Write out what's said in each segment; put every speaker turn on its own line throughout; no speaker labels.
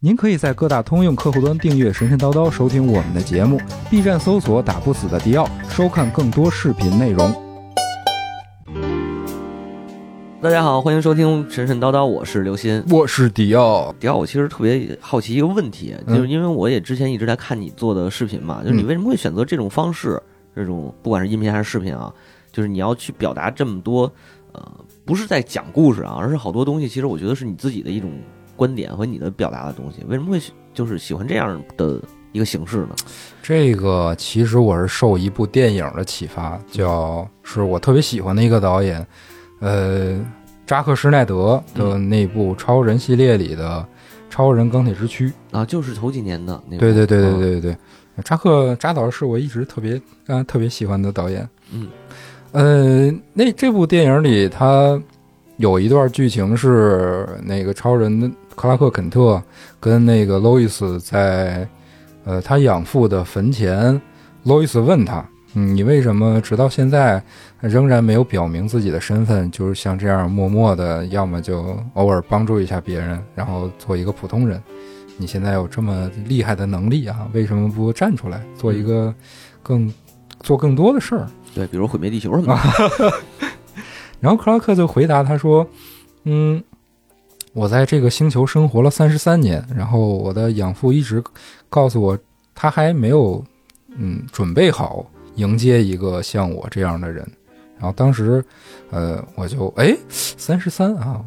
您可以在各大通用客户端订阅《神神叨叨》，收听我们的节目；B 站搜索“打不死的迪奥”，收看更多视频内容。
大家好，欢迎收听《神神叨叨》，我是刘鑫。
我是迪奥，
迪奥，我其实特别好奇一个问题，
嗯
就是因为我也之前一直在看你做的视频嘛，就是你
嗯
为什么会选择这种方式，这种不管是音频还是视频啊，就是你要去表达这么多，呃，不是在讲故事啊，而是好多东西，其实我觉得是你自己的一种观点和你的表达的东西。为什么会喜就是喜欢这样的一个形式呢？
这个其实我是受一部电影的启发，叫是我特别喜欢的一个导演，呃，扎克施耐德的那部超人系列里的《超人钢铁之躯》。
啊，就是头几年的那个，
对对对对
啊，
对对对，扎克扎导是我一直特别啊特别喜欢的导演。
嗯，
呃，那这部电影里他有一段剧情是那个超人的克拉克肯特跟那个 Lois 在呃他养父的坟前，Lois 问他。嗯，你为什么直到现在仍然没有表明自己的身份？就是像这样默默的，要么就偶尔帮助一下别人，然后做一个普通人。你现在有这么厉害的能力啊，为什么不站出来做一个更做更多的事儿？
对，比如毁灭地球什么
啊
的，
然后克拉克就回答他说：“嗯，我在这个星球生活了三十三年，然后我的养父一直告诉我，他还没有嗯准备好迎接一个像我这样的人。然后当时，呃，我就哎三十三啊，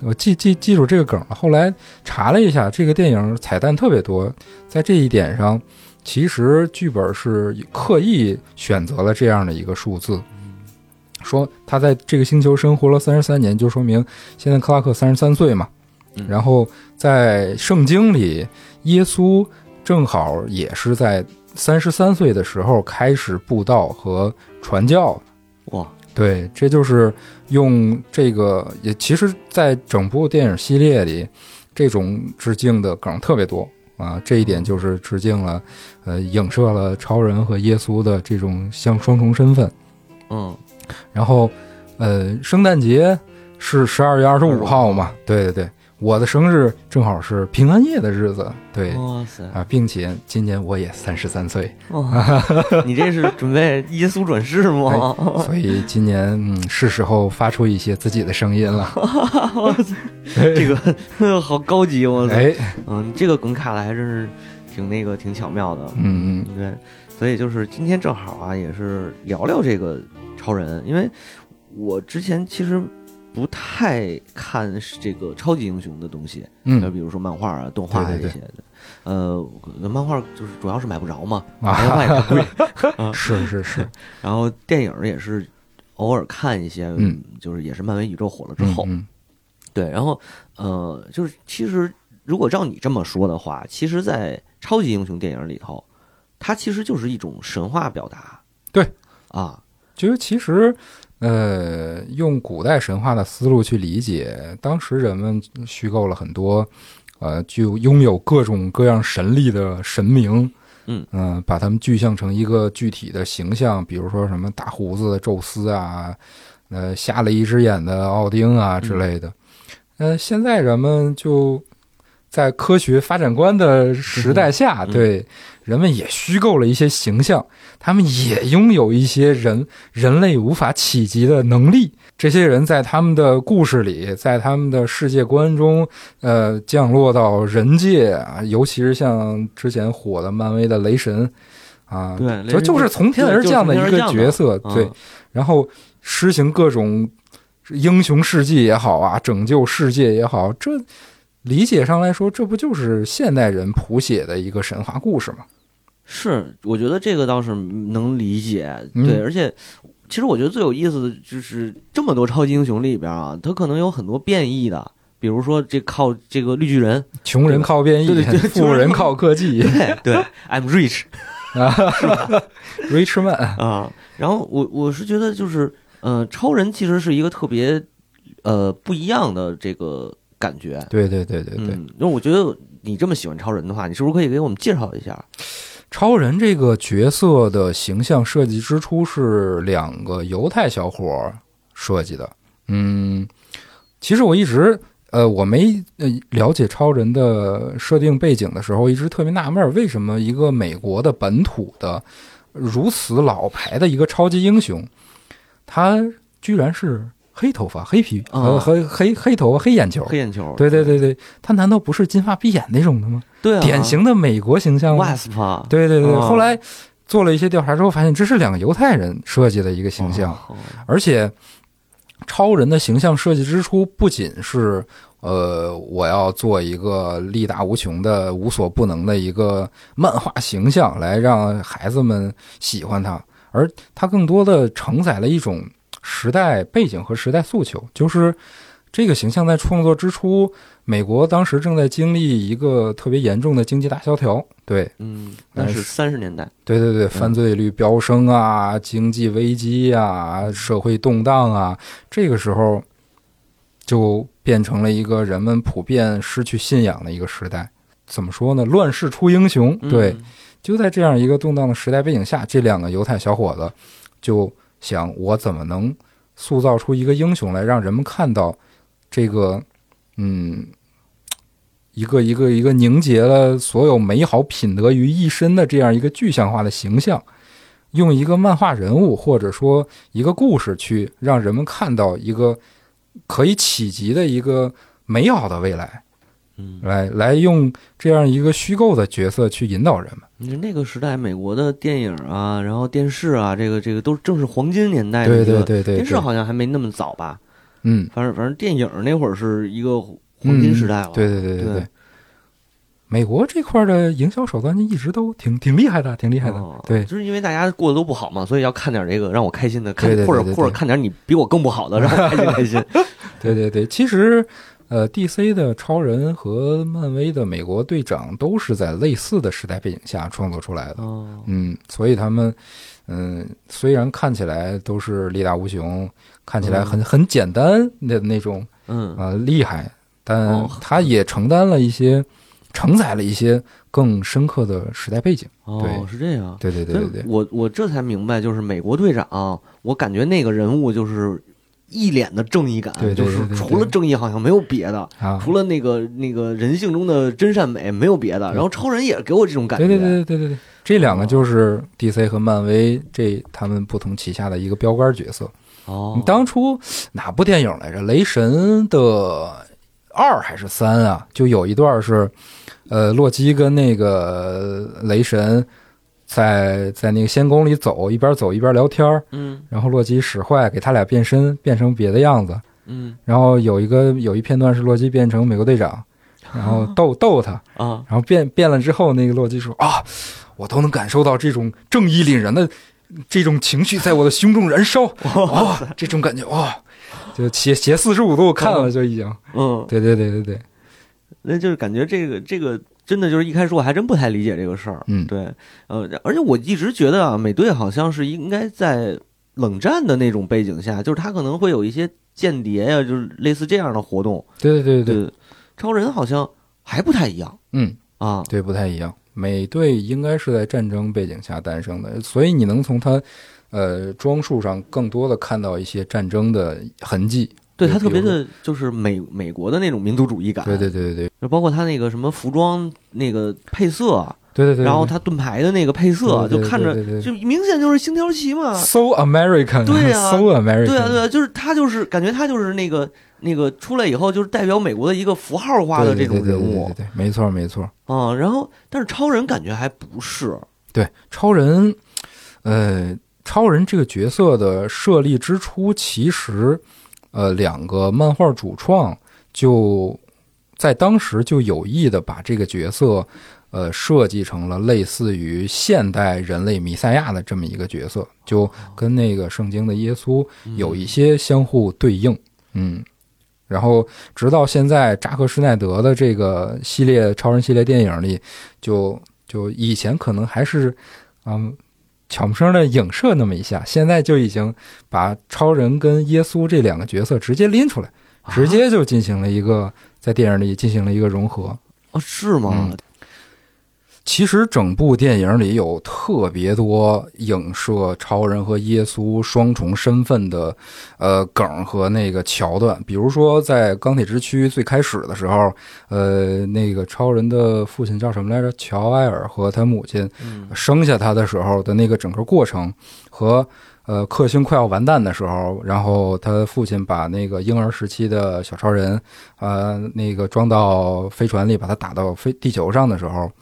我记记记住这个梗了。后来查了一下，这个电影彩蛋特别多，在这一点上。”其实剧本是刻意选择了这样的一个数字，说他在这个星球生活了三十三年，就说明现在克拉克三十三岁嘛
嗯。
然后在圣经里，耶稣正好也是在三十三岁的时候开始布道和传教。
哇，
对，这就是用这个，也其实，在整部电影系列里，这种致敬的梗特别多啊。这一点就是致敬了，呃，影射了超人和耶稣的这种相双重身份。
嗯，
然后，呃，圣诞节是十二月二十五号嘛？对对对，我的生日正好是平安夜的日子，对啊、
哇塞，
并且今年我也三十三岁，
哇， 你这是准备耶稣转世吗？
所以今年嗯是时候发出一些自己的声音了。
这个哎好高级，哦我操！
哎，
嗯，这个梗卡的还真是挺那个挺巧妙的，
嗯嗯
对，所以就是今天正好啊，也是聊聊这个超人，因为我之前其实不太看这个超级英雄的东西，就
嗯
比如说漫画啊、动画啊
对
这
对
些的。呃，漫画就是主要是买不着嘛，漫画也
啊，
太贵，
是是是，
然后电影也是偶尔看一些，
嗯，
就是也是漫威宇宙火了之
嗯
后，
嗯
对，然后呃，就是其实如果照你这么说的话，其实，在超级英雄电影里头，它其实就是一种神话表达。
对
啊，
就是其实，呃，用古代神话的思路去理解，当时人们虚构了很多，呃，具有拥有各种各样神力的神明，
嗯
呃把他们具象成一个具体的形象，比如说什么大胡子的宙斯啊，呃，瞎了一只眼的奥丁啊之类的。呃，现在人们就在科学发展观的时代下，
嗯
对人们也虚构了一些形象，他们也拥有一些人人类无法企及的能力。这些人在他们的故事里，在他们的世界观中，呃，降落到人界啊，尤其是像之前火的漫威的雷神啊，
对雷
就
神
就是从天而降的嗯一个角色，
啊
对，然后施行各种呃英雄事迹也好啊，拯救世界也好，这理解上来说，这不就是现代人谱写的一个神话故事吗？
是，我觉得这个倒是能理解。
嗯
对，而且其实我觉得最有意思的就是这么多超级英雄里边啊，它可能有很多变异的，比如说这靠这个绿巨 人，
穷人靠变异
对对对，
富人靠科 技啊
对对，I'm rich，
，rich man，
啊，然后我我是觉得就是，呃，超人其实是一个特别，呃，不一样的这个感觉。
对对对对对。
嗯，因为我觉得你这么喜欢超人的话，你是不是可以给我们介绍一下？
超人这个角色的形象设计之初是两个犹太小伙儿设计的。嗯，其实我一直呃，我没呃了解超人的设定背景的时候，一直特别纳闷儿，为什么一个美国的本土的如此老牌的一个超级英雄，他居然是黑头发、黑皮
啊
呃黑黑黑头发、黑眼球。
黑眼球，
哦对对对对，他难道不是金发碧眼那种的吗？
对啊，
典型的美国形象吗？
wasp 啊
对对对，
哦
后来做了一些调查之后，发现这是两个犹太人设计的一个形象，
哦
而且超人的形象设计之初，不仅是呃，我要做一个力大无穷的、无所不能的一个漫画形象，来让孩子们喜欢他，而他更多的承载了一种时代背景和时代诉求，就是。这个形象在创作之初，美国当时正在经历一个特别严重的经济大萧条，对，
嗯，
哎
那是三十年代，
对对对，犯罪率飙升啊，经济危机啊，社会动荡啊，这个时候就变成了一个人们普遍失去信仰的一个时代。怎么说呢？乱世出英雄。
嗯
对，，就在这样一个动荡的时代背景下，这两个犹太小伙子就想：我怎么能塑造出一个英雄来，让人们看到这个，嗯，一个一个一个凝结了所有美好品德于一身的这样一个具象化的形象，用一个漫画人物或者说一个故事去让人们看到一个可以企及的一个美好的未来，
嗯，
来来用这样一个虚构的角色去引导人们。
你说那个时代美国的电影啊，然后电视啊，这个这个都正是黄金年代的
对
一个
对对对，
电视
对
好像还没那么早吧，
嗯，
反正反正电影那会儿是一个黄金时代了，
对对对
对
对。美国这块的营销手段就一直都挺挺厉害的，挺厉害的。
哦
对
就是因为大家过得都不好嘛，所以要看点这个让我开心的，看
对对对
或者
对对
或者看点你比我更不好的，让我开心开 心。
对对对，其实呃，DC 的超人和漫威的美国队长都是在类似的时代背景下创作出来的。
哦，
嗯，所以他们嗯，虽然看起来都是力大无穷，看起来很、很简单的那种
嗯，
啊、厉害，但
哦
他也承担了一些，承载了一些更深刻的时代背景。
哦，
对
是这样。
对对对对对
所以，我我这才明白，就是美国队长，我感觉那个人物就是一脸的正义感，
对对对
就
对
是
对
除了正义好像没有别的，
啊，
除了那个那个人性中的真善美没有别的。
对
然后超人也给我这种感觉，
对对对对对对对，这
哦
两个就是 DC 和漫威这他们不同旗下的一个标杆角色。
哦
你，当初哪部电影来着？雷神的二还是三啊？就有一段是，呃，洛基跟那个雷神在在那个仙宫里走，一边走一边聊天儿
嗯
然后洛基使坏，给他俩变身，变成别的样子。
嗯
然后有一个有一片段是洛基变成美国队长，然后逗逗他，
啊，
然后变变了之后，那个洛基说啊，我都能感受到这种正义凛然的这种情绪在我的胸中燃烧，哇、这种感觉哇、就斜斜四十五度看了就已经，
嗯，
对对对对对，
那就是感觉这个这个真的就是一开始我还真不太理解这个事儿，
嗯，
对，呃，而且我一直觉得啊，美队好像是应该在冷战的那种背景下，就是他可能会有一些间谍呀、就是类似这样的活动。
对对对对，
对，超人好像还不太一样
嗯，
啊。
对，不太一样。美队应该是在战争背景下诞生的，所以你能从他，呃，装束上更多的看到一些战争的痕迹。
对
对
他特别
比如
的，就是美美国的那种民族主义感，
对对对对对
就包括他那个什么服装那个配色啊，
对对对。
然后他盾牌的那个配色啊，
对
就
对
看着
对对对
就明显就是星条旗嘛，
so American，
对啊
s o American，
对啊，对啊，就是他就是感觉他就是那个那个出来以后就是代表美国的一个符号化的这种
对对
人物
对对对对对没错没错。
啊、然后，但是超人感觉还不是，
对，超人，呃，超人这个角色的设立之初，其实，呃，两个漫画主创就在当时就有意的把这个角色，呃，设计成了类似于现代人类弥赛亚的这么一个角色，就跟那个圣经的耶稣
嗯
有一些相互对应，嗯。然后，直到现在，扎克施耐德的这个系列超人系列电影里，就就以前可能还是，嗯，悄没声的影射那么一下，现在就已经把超人跟耶稣这两个角色直接拎出来，
啊
直接就进行了一个在电影里进行了一个融合。
嗯哦，是吗？
嗯其实整部电影里有特别多影射超人和耶稣双重身份的呃梗和那个桥段，比如说在钢铁之躯最开始的时候，呃，那个超人的父亲叫什么来着？乔埃尔和他母亲
嗯
生下他的时候的那个整个过程和。呃，克星快要完蛋的时候，然后他父亲把那个婴儿时期的小超人，呃，那个装到飞船里，把他打到飞地球上的时候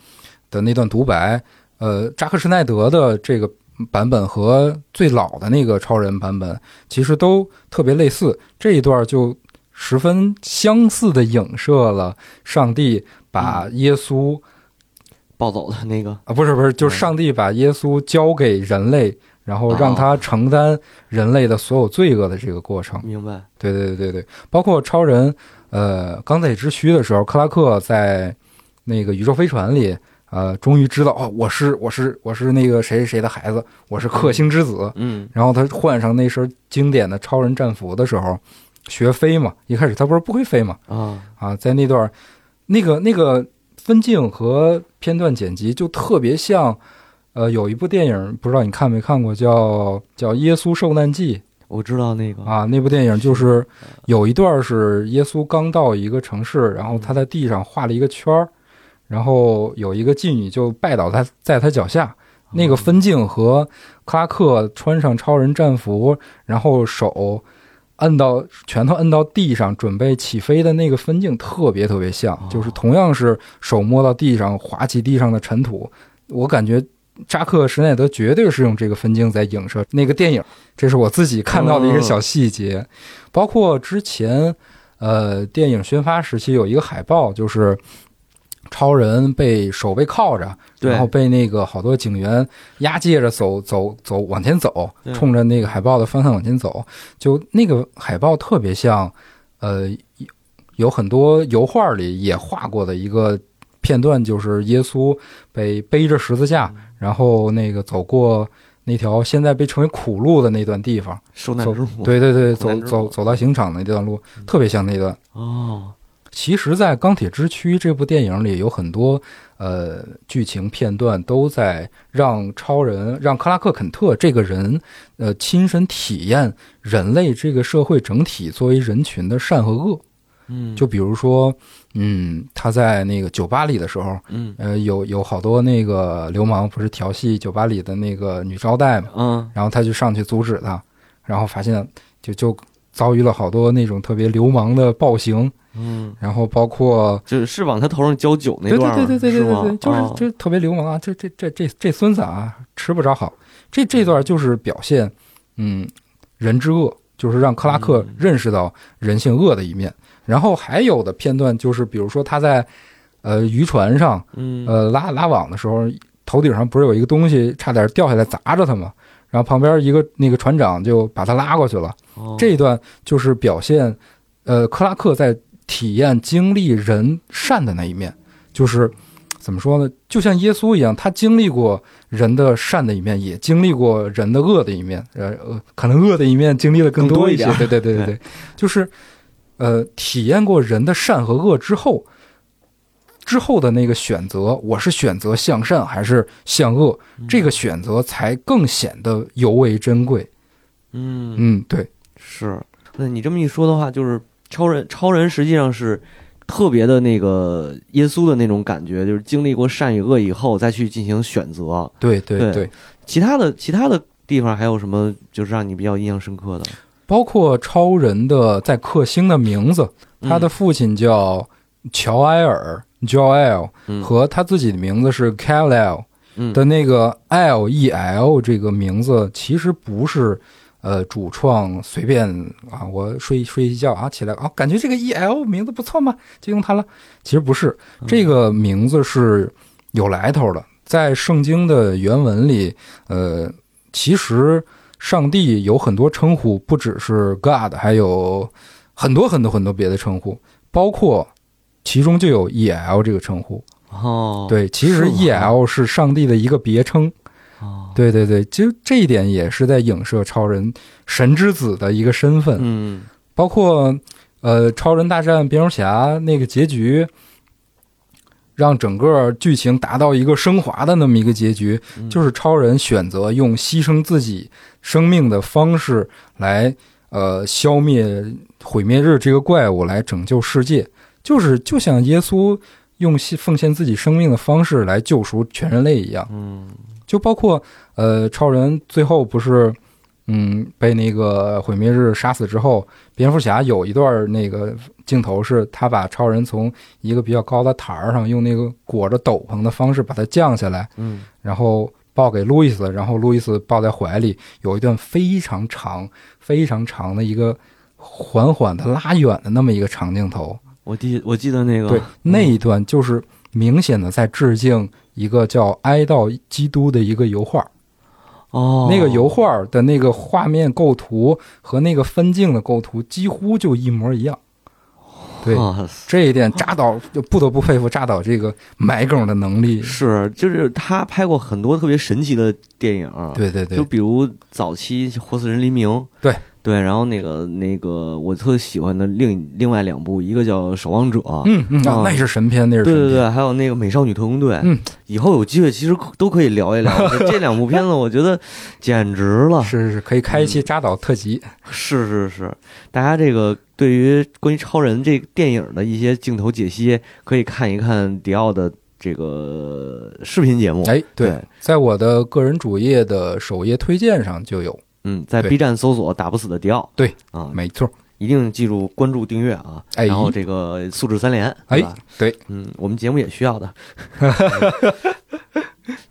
的那段独白，呃，扎克施耐德的这个版本和最老的那个超人版本其实都特别类似，这一段就十分相似的影射了上帝把耶稣、
暴走的那个，
啊，不是不是，就
嗯
是上帝把耶稣交给人类，然后让
哦
他承担人类的所有罪恶的这个过程。
明白？
对对对对对，包括超人，呃，钢铁之躯的时候，克拉克在那个宇宙飞船里，呃，终于知道哦，我是我是我是那个谁谁谁的孩子，我是克星之子。
嗯
然后他换上那身经典的超人战服的时候，学飞嘛，一开始他不是不会飞嘛，
啊，
啊，在那段儿那个那个分镜和片段剪辑就特别像，呃，有一部电影不知道你看没看过，叫叫《耶稣受难记
我知道那个》
啊，那部电影就是有一段是耶稣刚到一个城市，然
嗯
后他在地上画了一个圈儿，然后有一个妓女就拜倒他在他脚下。
哦
那个分镜和克拉克穿上超人战服，然后手摁到拳头摁到地上准备起飞的那个分镜特别特别像
哦，
就是同样是手摸到地上滑起地上的尘土，我感觉。扎克施耐德绝对是用这个分镜在影射那个电影，这是我自己看到的一个小细节。包括之前，呃，电影宣发时期有一个海报，就是超人被手被铐着，
对
然后被那个好多警员押解着走走走往前走
对，
冲着那个海报的方向往前走，就那个海报特别像，呃，有很多油画里也画过的一个片段，就是耶稣被背着十字架，
嗯
然后那个走过那条现在被称为苦路的那段地方，
受难
走
之母，
对对对，
苦
走
难之
走
路嗯
走到刑场的那段路，特别像那段。
哦，
其实，在《钢铁之躯》这部电影里，有很多呃剧情片段都在让超人、让克拉克·肯特这个人，呃，亲身体验人类这个社会整体作为人群的善和恶。
嗯，
就比如说，嗯，他在那个酒吧里的时候，
嗯
呃，有有好多那个流氓不是调戏酒吧里的那个女招待嘛，
嗯
然后他就上去阻止他，然后发现就就遭遇了好多那种特别流氓的暴行。
嗯，
然后包括
就是是往他头上浇酒那
对
段吗，
对对对对
是
对
吗
对对，就是
哦
就是特别流氓啊！这这这这这孙子啊，吃不着好。这这段就是表现，嗯，人之恶，就是让克拉克
嗯
认识到人性恶的一面。然后还有的片段就是，比如说他在呃渔船上
嗯
呃拉拉网的时候，头顶上不是有一个东西差点掉下来砸着他吗？然后旁边一个那个船长就把他拉过去了。
哦
这一段就是表现，呃，克拉克在体验、经历人善的那一面，就是怎么说呢？就像耶稣一样，他经历过人的善的一面，也经历过人的恶的一面，呃，呃可能恶的一面经历的更
更多
多
一
一些。
点
对对对对对，就是呃，体验过人的善和恶之后。之后的那个选择，我是选择向善还是向恶？这个选择才更显得尤为珍贵。
嗯
嗯，对，
是，那你这么一说的话，就是超人，超人实际上是特别的那个耶稣的那种感觉，就是经历过善与恶以后再去进行选择。
对，对，
对
对。
其他的其他的地方还有什么就是让你比较印象深刻的？
包括超人的在克星的名字，嗯
嗯
他的父亲叫乔埃尔 （Joel）
嗯
和他自己的名字是 k a l e l
嗯
的那个 L E L 这个名字其实不是。呃，主创随便啊，我睡睡一觉啊，起来啊，感觉这个 E L 名字不错嘛，就用它了。其实不是，这个名字是有来头的，在圣经的原文里，呃，其实上帝有很多称呼，不只是 God，还有很多很多很多别的称呼，包括其中就有 EL 这个称呼。
哦，
对，其实
是吗
EL 是上帝的一个别称。
哦，
对对对，就这一点也是在影射超人神之子的一个身份。
嗯
包括呃，《超人大战蝙蝠侠》那个结局，让整个剧情达到一个升华的那么一个结局，
嗯
就是超人选择用牺牲自己生命的方式来呃消灭毁灭日这个怪物，来拯救世界，就是就像耶稣用牺奉献自己生命的方式来救赎全人类一样。
嗯
就包括呃，超人最后不是嗯被那个毁灭日杀死之后，蝙蝠侠有一段那个镜头是他把超人从一个比较高的台儿上用那个裹着斗篷的方式把他降下来，
嗯
然后抱给路易斯，然后路易斯抱在怀里，有一段非常长、非常长的一个缓缓的拉远的那么一个长镜头。
我记我记得那个
对，那一段就是明显的在致敬一个叫《哀悼基督》的一个油画。
哦，
那个油画的那个画面构图和那个分镜的构图几乎就一模一样。对，
哇塞
这一点扎导就不得不佩服扎导这个埋梗的能力。
是就是他拍过很多特别神奇的电影，
对对
就
对，
比如早期《活死人黎明》，
对
对，然后那个那个我特喜欢的另另外两部，一个叫《守望者》，
嗯嗯，啊
啊
那是神片，那是
对对
神片。
对，还有那个《美少女特工队》，
嗯，
以后有机会其实可都可以聊一 聊这这两部片子，我觉得简直了，
是是是，可以开一期扎导特辑。
是是是，大家这个对于关于超人这个电影的一些镜头解析，可以看一看迪奥的这个视频节目，
哎，对
嗯对，
在我的个人主页的首页推荐上就有，
嗯，在
对
B 站搜索“打不死的迪奥”，
对
啊，
没错。
一定记住关注订阅啊，
哎
然后这个素质三连，
哎
对吧，
对，
嗯，我们节目也 需要的。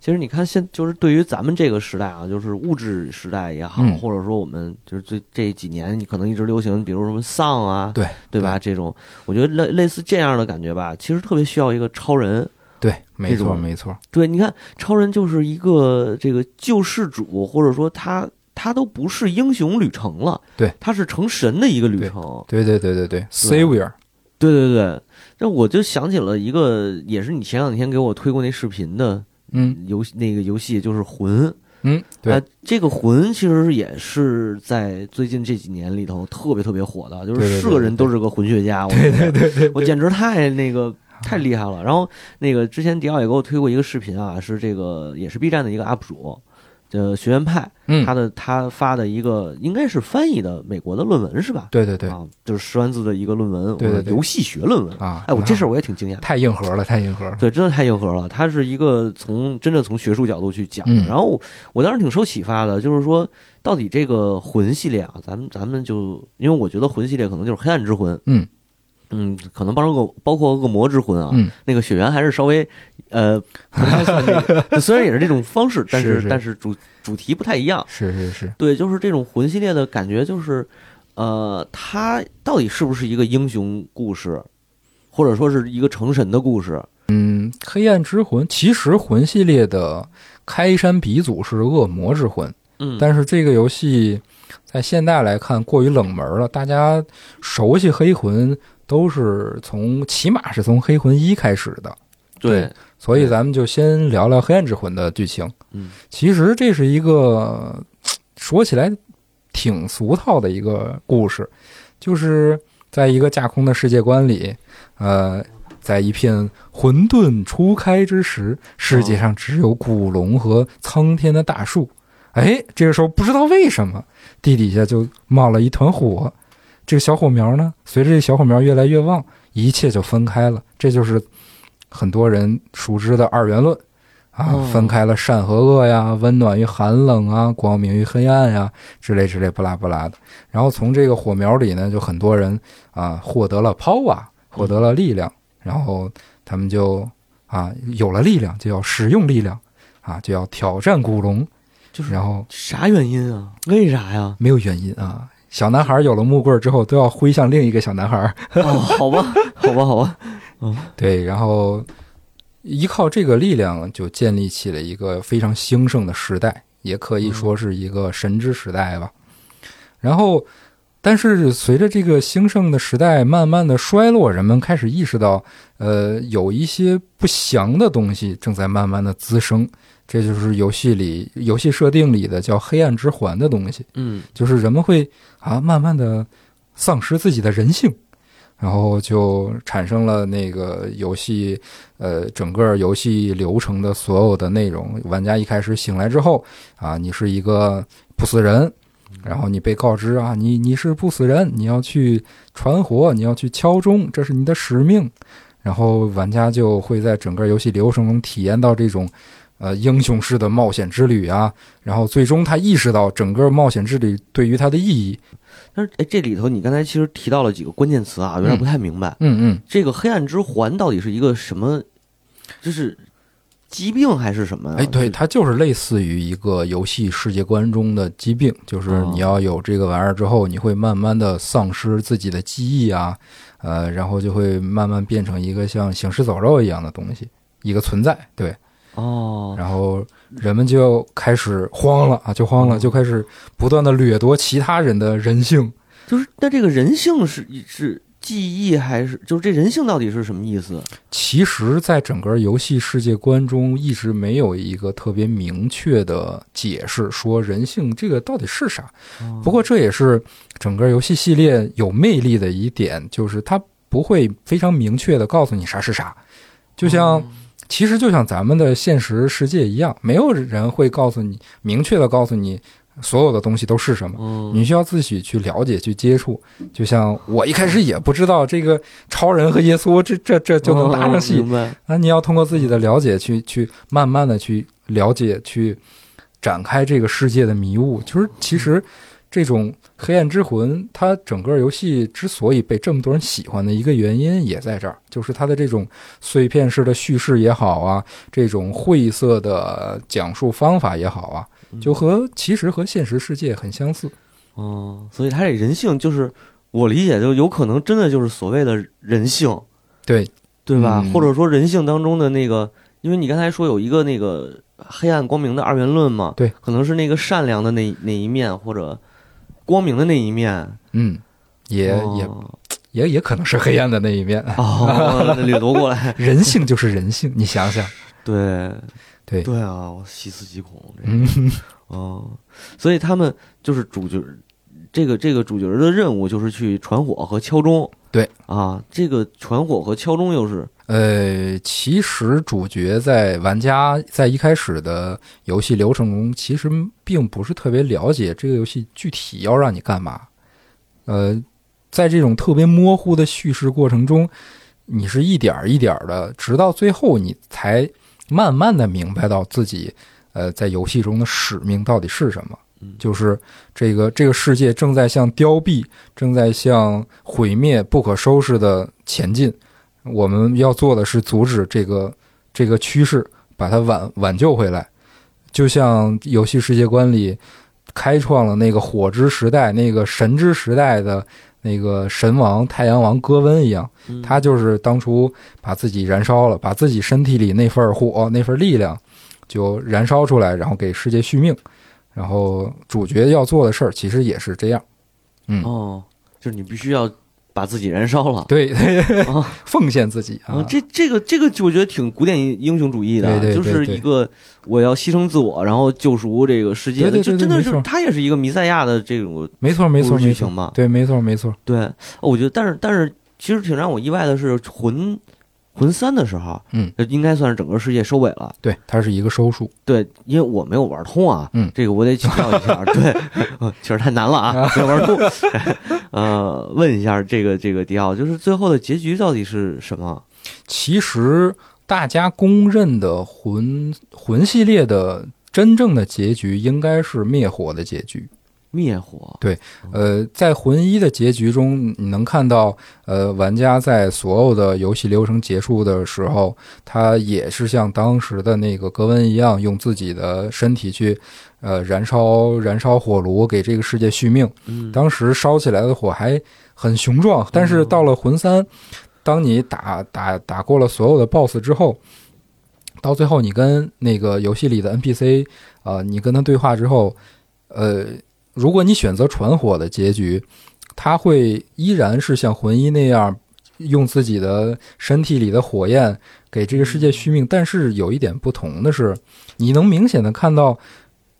其实你看，现就是对于咱们这个时代啊，就是物质时代也好，
嗯
或者说我们就是这这几年，你可能一直流行，比如什么丧啊，
对
对吧？这种，我觉得类类似这样的感觉吧，其实特别需要一个超人。
对，没
这
错
种
没错。
对，你看，超人就是一个这个救世主，或者说他他都不是英雄旅程了，
对，
他是成神的一个旅
对
程。
对对对对对，Savior，
对对对，那我就想起了一个，也是你前两天给我推过那视频的
嗯
游戏，那个游戏就是《魂》。
嗯，
呃
对，
这个《魂》其实也是在最近这几年里头特别特别火的，就
对
是
对
是个
对
人
对
都是个混血家。
对对对
我
对，啊
我
对
简直太那个太厉害了。然后那个之前迪奥也给我推过一个视频啊，是这个也是 B 站的一个 UP 主，呃，学院派他
嗯，
的他发的一个应该是翻译的美国的论文是吧？
对对对
啊，就是十万字的一个论文，
对对
我
对
游戏学论文。
啊！
哎，我这事儿我也挺惊讶。
太硬核了，太硬核了。
对，真的太硬核了。他是一个从真的从学术角度去讲的，
嗯
然后我我当时挺受启发的，就是说到底这个魂系列啊，咱们咱们就因为我觉得魂系列可能就是黑暗之魂，
嗯
嗯，可能包括包括恶魔之魂啊，
嗯
那个血缘还是稍微呃不太算那个， 就虽然也是这种方式，但
是是
但是主主题不太一样，
是是是，
对，就是这种魂系列的感觉，就是，呃，它到底是不是一个英雄故事，或者说是一个成神的故事？
嗯，黑暗之魂其实魂系列的开山鼻祖是恶魔之魂，
嗯
但是这个游戏在现代来看过于冷门了，大家熟悉黑魂都是从起码是从黑魂一开始的，
对，
所以
对
咱们就先聊聊黑暗之魂的剧情。
嗯
其实这是一个说起来挺俗套的一个故事，就是在一个架空的世界观里，呃，在一片混沌初开之时，世界上只有古龙和苍天的大树。哎，这个时候不知道为什么地底下就冒了一团火，这个小火苗呢，随着这小火苗越来越旺，一切就分开了。这就是很多人熟知的二元论啊
哦，
分开了善和恶呀，温暖与寒冷啊，光明与黑暗呀，之类之类，不拉不拉的。然后从这个火苗里呢，就很多人啊获得了 power，获得了力量，然后他们就啊有了力量，就要使用力量啊，就要挑战古龙，
就是
然后
啥原因啊？为啥呀？
没有原因啊。小男孩有了木棍之后，都要挥向另一个小男孩，
哦，好吧，好吧，好吧，
对，然后依靠这个力量，就建立起了一个非常兴盛的时代，也可以说是一个神之时代吧。然后，但是随着这个兴盛的时代慢慢的衰落，人们开始意识到，呃，有一些不祥的东西正在慢慢的滋生。这就是游戏里游戏设定里的叫“黑暗之环”的东西，
嗯
就是人们会啊，慢慢的丧失自己的人性，然后就产生了那个游戏，呃，整个游戏流程的所有的内容。玩家一开始醒来之后啊，你是一个不死人，然后你被告知啊，你你是不死人，你要去传活，你要去敲钟，这是你的使命。然后玩家就会在整个游戏流程中体验到这种，呃，英雄式的冒险之旅啊。然后最终他意识到整个冒险之旅对于他的意义。
但是哎，这里头你刚才其实提到了几个关键词啊，有点不太明白。
嗯嗯，
这个黑暗之环到底是一个什么？就是疾病还是什么、啊？
哎，对，
就是，
它就是类似于一个游戏世界观中的疾病，就是你要有这个玩意儿之后，你会慢慢的丧失自己的记忆啊，呃，然后就会慢慢变成一个像行尸走肉一样的东西，一个存在。对，
哦，
然后人们就开始慌了啊，就慌了，
哦
就开始不断的掠夺其他人的人性。
就是那这个人性是是记忆还是就是这人性到底是什么意思？
其实，在整个游戏世界观中，一直没有一个特别明确的解释，说人性这个到底是啥。
哦
不过这也是整个游戏系列有魅力的一点，就是它不会非常明确的告诉你啥是啥，就像、
嗯
其实就像咱们的现实世界一样，没有人会告诉你明确的告诉你所有的东西都是什么。
嗯
你需要自己去了解、去接触，就像我一开始也不知道这个超人和耶稣这这这就能搭上戏
哦，明白？
那你要通过自己的了解去去慢慢的去了解，去展开这个世界的迷雾。就是其实这种黑暗之魂，它整个游戏之所以被这么多人喜欢的一个原因也在这儿，就是它的这种碎片式的叙事也好啊，这种晦涩的讲述方法也好啊，就和其实和现实世界很相似。
嗯，所以他这人性就是我理解，就有可能真的就是所谓的人性，
对，
对吧？
嗯
或者说人性当中的那个，因为你刚才说有一个那个黑暗光明的二元论嘛，
对，
可能是那个善良的那那一面或者光明的那一面，
嗯，也也
哦
也也可能是黑暗的那一面。
哦，掠夺过来，
人性就是人性，你想想，
对
对
对啊，我细思极恐，这个
嗯。
哦，所以他们就是主角，这个这个主角的任务就是去传火和敲钟。
对
啊，这个传火和敲钟又是
呃，其实主角在玩家在一开始的游戏流程中，其实并不是特别了解这个游戏具体要让你干嘛。呃，在这种特别模糊的叙事过程中，你是一点儿一点儿的，直到最后你才慢慢的明白到自己，呃，在游戏中的使命到底是什么
嗯。
就是这个这个世界正在向凋敝，正在向毁灭、不可收拾的前进。我们要做的是阻止这个这个趋势，把它挽挽救回来。就像游戏世界观里开创了那个火之时代、那个神之时代的那个神王太阳王戈温一样，
嗯
他就是当初把自己燃烧了，把自己身体里那份火、那份力量就燃烧出来，然后给世界续命。然后主角要做的事儿其实也是这样，嗯，
哦，就是你必须要把自己燃烧了。
对，
啊
奉献自己啊，
哦这这个这个就我觉得挺古典英雄主义的啊，
对对对
就是一个我要牺牲自我，然后救赎这个世界的，
对对对
就
对
真的
没
是
错
他也是一个弥赛亚的这种
没错没
故
错
事剧
没
情
错，
嘛。
对，没错没错。
对，哦我觉得，但是但是，其实挺让我意外的是，魂魂三的时候，呃
嗯，
应该算是整个世界收尾了。
对，它是一个收束。
对，因为我没有玩通啊，
嗯
这个我得请教一 下。对，呃确实太难了啊，没有玩通。 呃，问一下这个这个迪奥，就是最后的结局到底是什么？
其实大家公认的魂魂系列的真正的结局应该是灭火的结局。
灭火，
呃，在魂一的结局中，你能看到，呃，玩家在所有的游戏流程结束的时候，他也是像当时的那个格温一样，用自己的身体去，呃，燃烧燃烧火炉，给这个世界续命。
嗯，
当时烧起来的火还很雄壮，但是到了魂三，当你打打打过了所有的 BOSS 之后，到最后你跟那个游戏里的 NPC，呃，你跟他对话之后，呃，如果你选择传火的结局，他会依然是像魂一那样。用自己的身体里的火焰给这个世界续命，但是有一点不同的是，你能明显的看到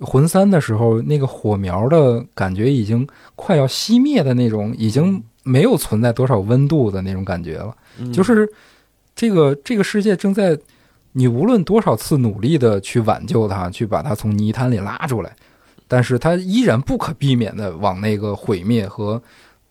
魂三的时候，那个火苗的感觉已经快要熄灭的那种，已经没有存在多少温度的那种感觉了。
嗯
就是这个这个世界正在你无论多少次努力的去挽救它，去把它从泥潭里拉出来，但是它依然不可避免的往那个毁灭和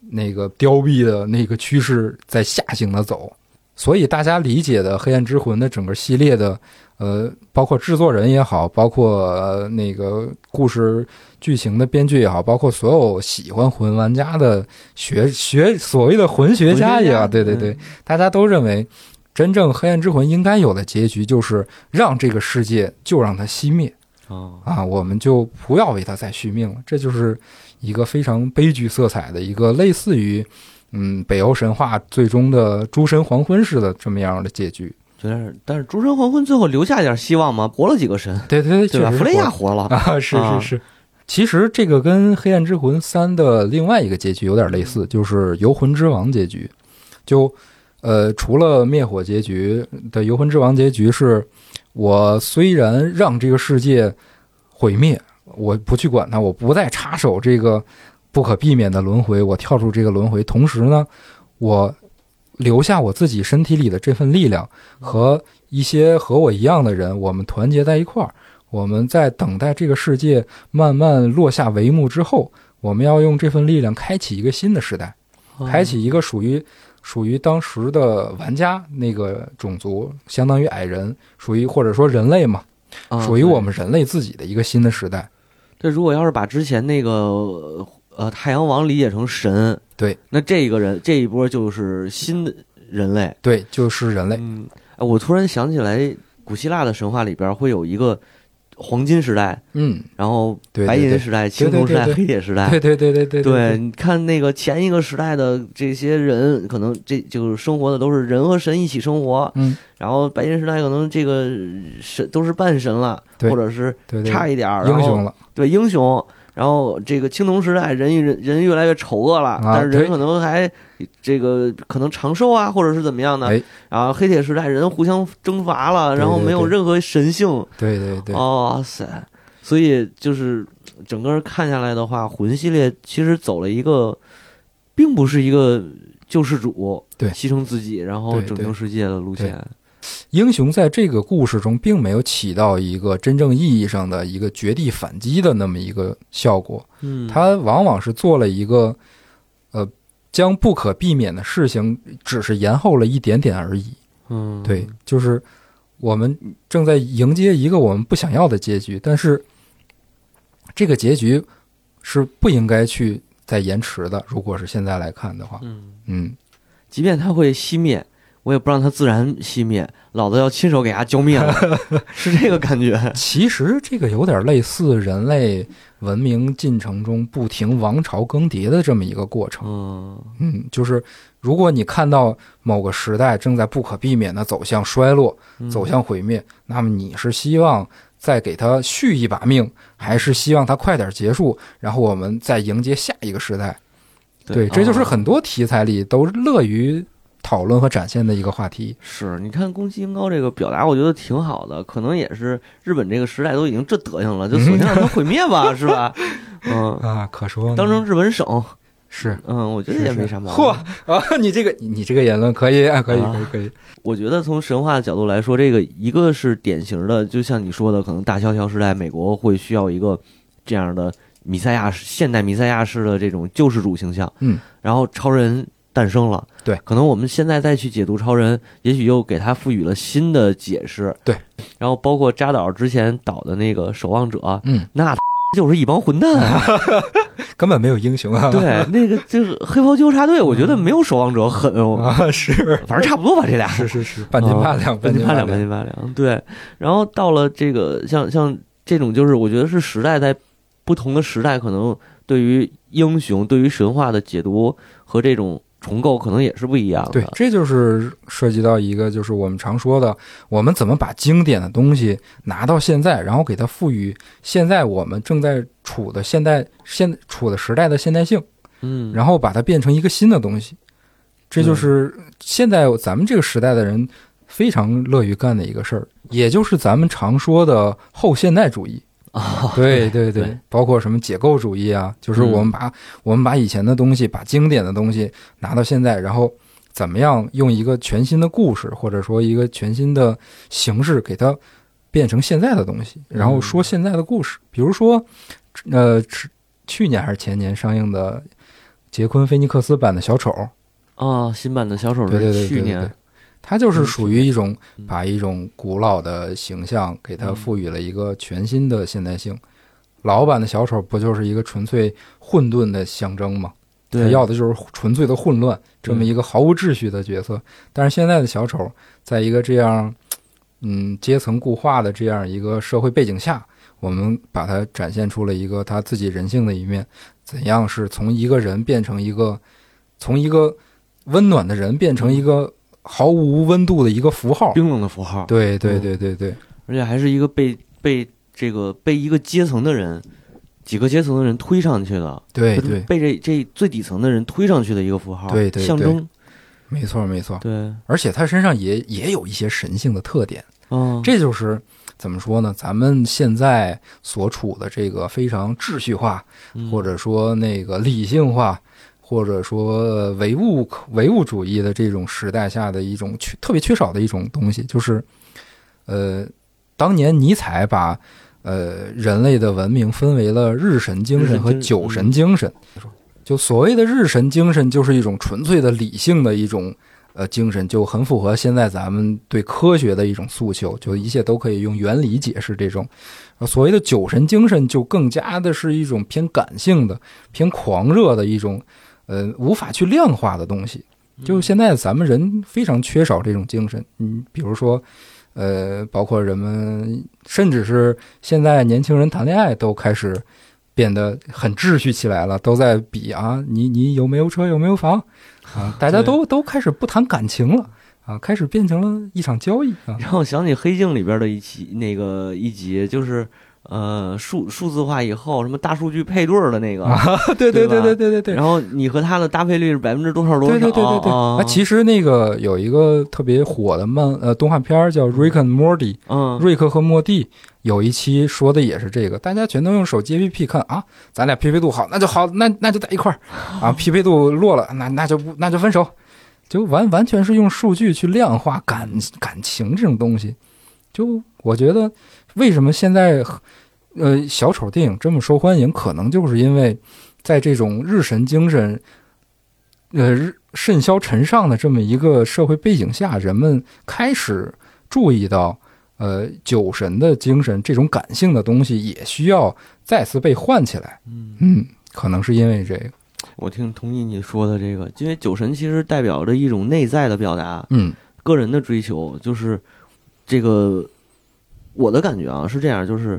那个凋敝的那个趋势在下行的走。所以大家理解的《黑暗之魂》的整个系列的，呃，包括制作人也好，包括、呃那个故事剧情的编剧也好，包括所有喜欢魂玩家的学学所谓的魂学家也
嗯
好，对对对，大家都认为，真正黑暗之魂应该有的结局就是让这个世界就让它熄灭
啊，
啊，我们就不要为它再续命了。这就是一个非常悲剧色彩的一个类似于，嗯，北欧神话最终的诸神黄昏似的这么样的结局。
就但是但是诸神黄昏最后留下点希望吗？活了几个神，
对对对，
对
确
吧？
实
弗雷
火
亚活了，
啊，是
啊
是是。其实这个跟《黑暗之魂三》的另外一个结局有点类似，就是游魂之王结局。就呃，除了灭火结局的游魂之王结局是，我虽然让这个世界毁灭，我不去管它，我不再插手这个不可避免的轮回，我跳出这个轮回，同时呢，我留下我自己身体里的这份力量和一些和我一样的人，我们团结在一块儿。我们在等待这个世界慢慢落下帷幕之后，我们要用这份力量开启一个新的时代，
哦
开启一个属于属于当时的玩家那个种族，相当于矮人，属于或者说人类嘛，
啊
属于我。们人类自己的一个新的时代。
对这如果要是把之前那个呃太阳王理解成神，
对，
那这个人这一波就是新的人类。
对，就是人类。
嗯，哎我突然想起来，古希腊的神话里边会有一个黄金时代，
嗯，
然后
对
白
对
银
对
时代、青铜时代、
对对
黑铁时代。
对对对对对
对，你看那个前一个时代的这些人，可能这就是生活的都是人和神一起生活，
嗯，
然后白银时代可能这个神都是半神了，
对
或者是
对对，
差一点儿啊哦
英雄
了，
了。
对英雄。然后这个青铜时代人与人人越来越丑恶了，
啊
但是人
对
可能还这个可能长寿啊，或者是怎么样呢？
哎
然后黑铁时代人互相征伐了，
对
然后没有
对对
任何神性，
对对对，
哇、塞！所以就是整个看下来的话，魂系列其实走了一个，并不是一个救世主，
对
牺牲自己然后
对
拯
对
救世界的路线，
英雄在这个故事中并没有起到一个真正意义上的一个绝地反击的那么一个效果。
嗯，
他往往是做了一个，呃，将不可避免的事情只是延后了一点点而已。
嗯
对，就是我们正在迎接一个我们不想要的结局，但是这个结局是不应该去再延迟的。如果是现在来看的话，
嗯，
嗯，
即便它会熄灭，我也不让它自然熄灭，老子要亲手给它浇 灭了，是这个感觉。
其实这个有点类似人类文明进程中不停王朝更迭的这么一个过程。
嗯，
嗯，就是如果你看到某个时代正在不可避免的走向衰落、
嗯
走向毁灭，那么你是希望再给他续一把命，还是希望它快点结束，然后我们再迎接下一个时代？对，哦这就是
啊
很多题材里都乐于讨论和展现的一个话题。
是，你看宫崎英高这个表达，我觉得挺好的，可能也是日本这个时代都已经这德行了，就索性让它毁灭吧，是吧？嗯，
啊，可说呢
当成日本省，
是
嗯，我觉得
是
也
是
没啥毛病。
嚯啊，你这个你这个言论可以啊，可以，
啊
可以，可以，
我觉得从神话的角度来说，这个一个是典型的，就像你说的，可能大萧条时代美国会需要一个这样的弥赛亚式、现代弥赛亚式的这种救世主形象。
嗯，
然后超人诞生了。
对
可能我们现在再去解读超人，也许又给他赋予了新的解释。
对，
然后包括扎导之前导的那个《守望者》，
嗯，
那就是一帮混蛋啊！
根本没有英雄啊，
对，那个就是黑袍纠察队，我觉得没有《守望者》狠，哦
啊，是
反正差不多吧，这俩
是是是，啊半斤八两，
半
斤
斤八两，
两
半，斤八两。对，然后到了这个像像这种，就是我觉得是时代在不同的时代，可能对于英雄、对于神话的解读和这种重构，可能也是不一样的。
对，这就是涉及到一个，就是我们常说的，我们怎么把经典的东西拿到现在，然后给它赋予现在我们正在处的现代现处的时代的现代性，
嗯，
然后把它变成一个新的东西。这就是
嗯
现在咱们这个时代的人非常乐于干的一个事儿，也就是咱们常说的后现代主义。
啊，
对对
对
对，包括什么解构主义啊，就是我们把、我们把以前的东西，把经典的东西拿到现在，然后怎么样用一个全新的故事，或者说一个全新的形式，给它变成现在的东西，然后说现在的故事。比如说，呃，去去年还是前年上映的杰昆·菲尼克斯版的《小丑》，
啊，新版的小丑
对对对
是去年，
它就是属于一种
嗯
把一种古老的形象给它赋予了一个全新的现代性。老版的小丑不就是一个纯粹混沌的象征吗？他
对，
要的就是纯粹的混乱，这么一个毫无秩序的角色。但是现在的小丑，在一个这样，嗯，阶层固化的这样一个社会背景下，我们把它展现出了一个他自己人性的一面，怎样是从一个人变成一个，从一个温暖的人变成一个毫无温度的一个符号。
冰冷的符号，
对对对对对，
而且还是一个被被这个被一个阶层的人，几个阶层的人推上去的，
哎对
就是
对，
被这这最底层的人推上去的一个符号，
对对
象征，
没错没错。
对，
而且他身上也也有一些神性的特点。
嗯，
这就是怎么说呢？咱们现在所处的这个非常秩序化，
嗯
或者说那个理性化，或者说唯物唯物主义的这种时代下的一种缺特别缺少的一种东西，就是，呃，当年尼采把呃人类的文明分为了日神精神和嗯
日神精
酒神精神，就所谓的日神精神就是一种纯粹的理性的一种。呃，精神就很符合现在咱们对科学的一种诉求，就一切都可以用原理解释这种。呃所谓的酒神精神，就更加的是一种偏感性的、偏狂热的一种，呃，无法去量化的东西。
嗯
就现在咱们人非常缺少这种精神，嗯，比如说，呃，包括人们，甚至是现在年轻人谈恋爱都开始变得很秩序起来了，都在比啊，你你有没有车，有没有 房啊，大家都都开始不谈感情了啊，开始变成了一场交易 啊，
让我想起《黑镜》里边的一期那个一集，就是呃数数字化以后，什么大数据配对儿的那个，
对
对
对
吧
对对啊对对。
然后你和他的搭配率是百分之多少多
对
少？
对对对对，
啊，
其实那个有一个特别火的漫呃动画片儿叫《Rick and Morty》，
嗯，
瑞克和莫蒂有一期说的也是这个，大家全都用手机 APP 看啊，咱俩匹配度好，那就好，那那就在一块儿啊，匹配度弱了，那那就不那就分手，就完完全是用数据去量化感感情这种东西。就我觉得，为什么现在呃小丑电影这么受欢迎，可能就是因为在这种日神精神，呃日甚嚣尘上的这么一个社会背景下，人们开始注意到。呃，酒神的精神这种感性的东西也需要再次被唤起来。
嗯
嗯，可能是因为这个。
我听同意你说的这个，因为酒神其实代表着一种内在的表达，
嗯
个人的追求，就是这个我的感觉啊是这样，就是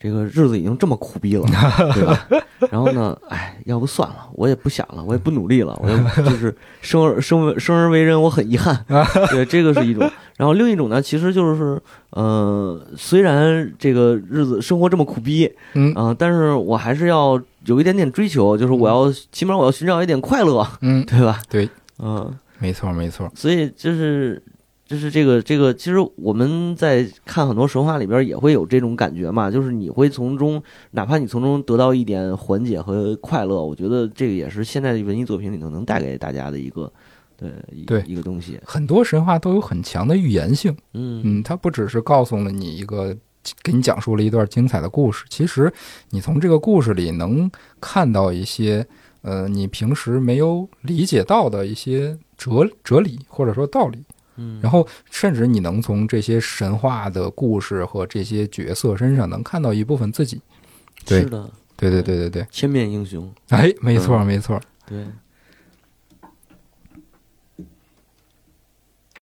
这个日子已经这么苦 逼了，对吧？然后呢，哎，要不算了，我也不想了，我也不努力了，我也就是生而生为生而为人，我很 遗憾。对，这个是一种。然后另一种呢，其实就是呃，虽然这个日子生活这么苦逼，
嗯
啊、但是我还是要有一点点追求，就是我要起码我要寻找一点快乐，
嗯，
对吧？
对，
嗯、
没错没错。
所以就是就是这个这个，其实我们在看很多神话里边也会有这种感觉嘛，就是你会从中，哪怕你从中得到一点缓解和快乐，我觉得这个也是现在的文艺作品里头能带给大家的一个。对一
对
一个东西，
很多神话都有很强的预言性。
嗯
嗯，它不只是告诉了你一个，给你讲述了一段精彩的故事。其实你从这个故事里能看到一些，呃，你平时没有理解到的一些哲哲理或者说道理。
嗯
然后甚至你能从这些神话的故事和这些角色身上能看到一部分自己。对
是的，
对对对对对，
千面英雄，嗯
哎，没错没错，
对，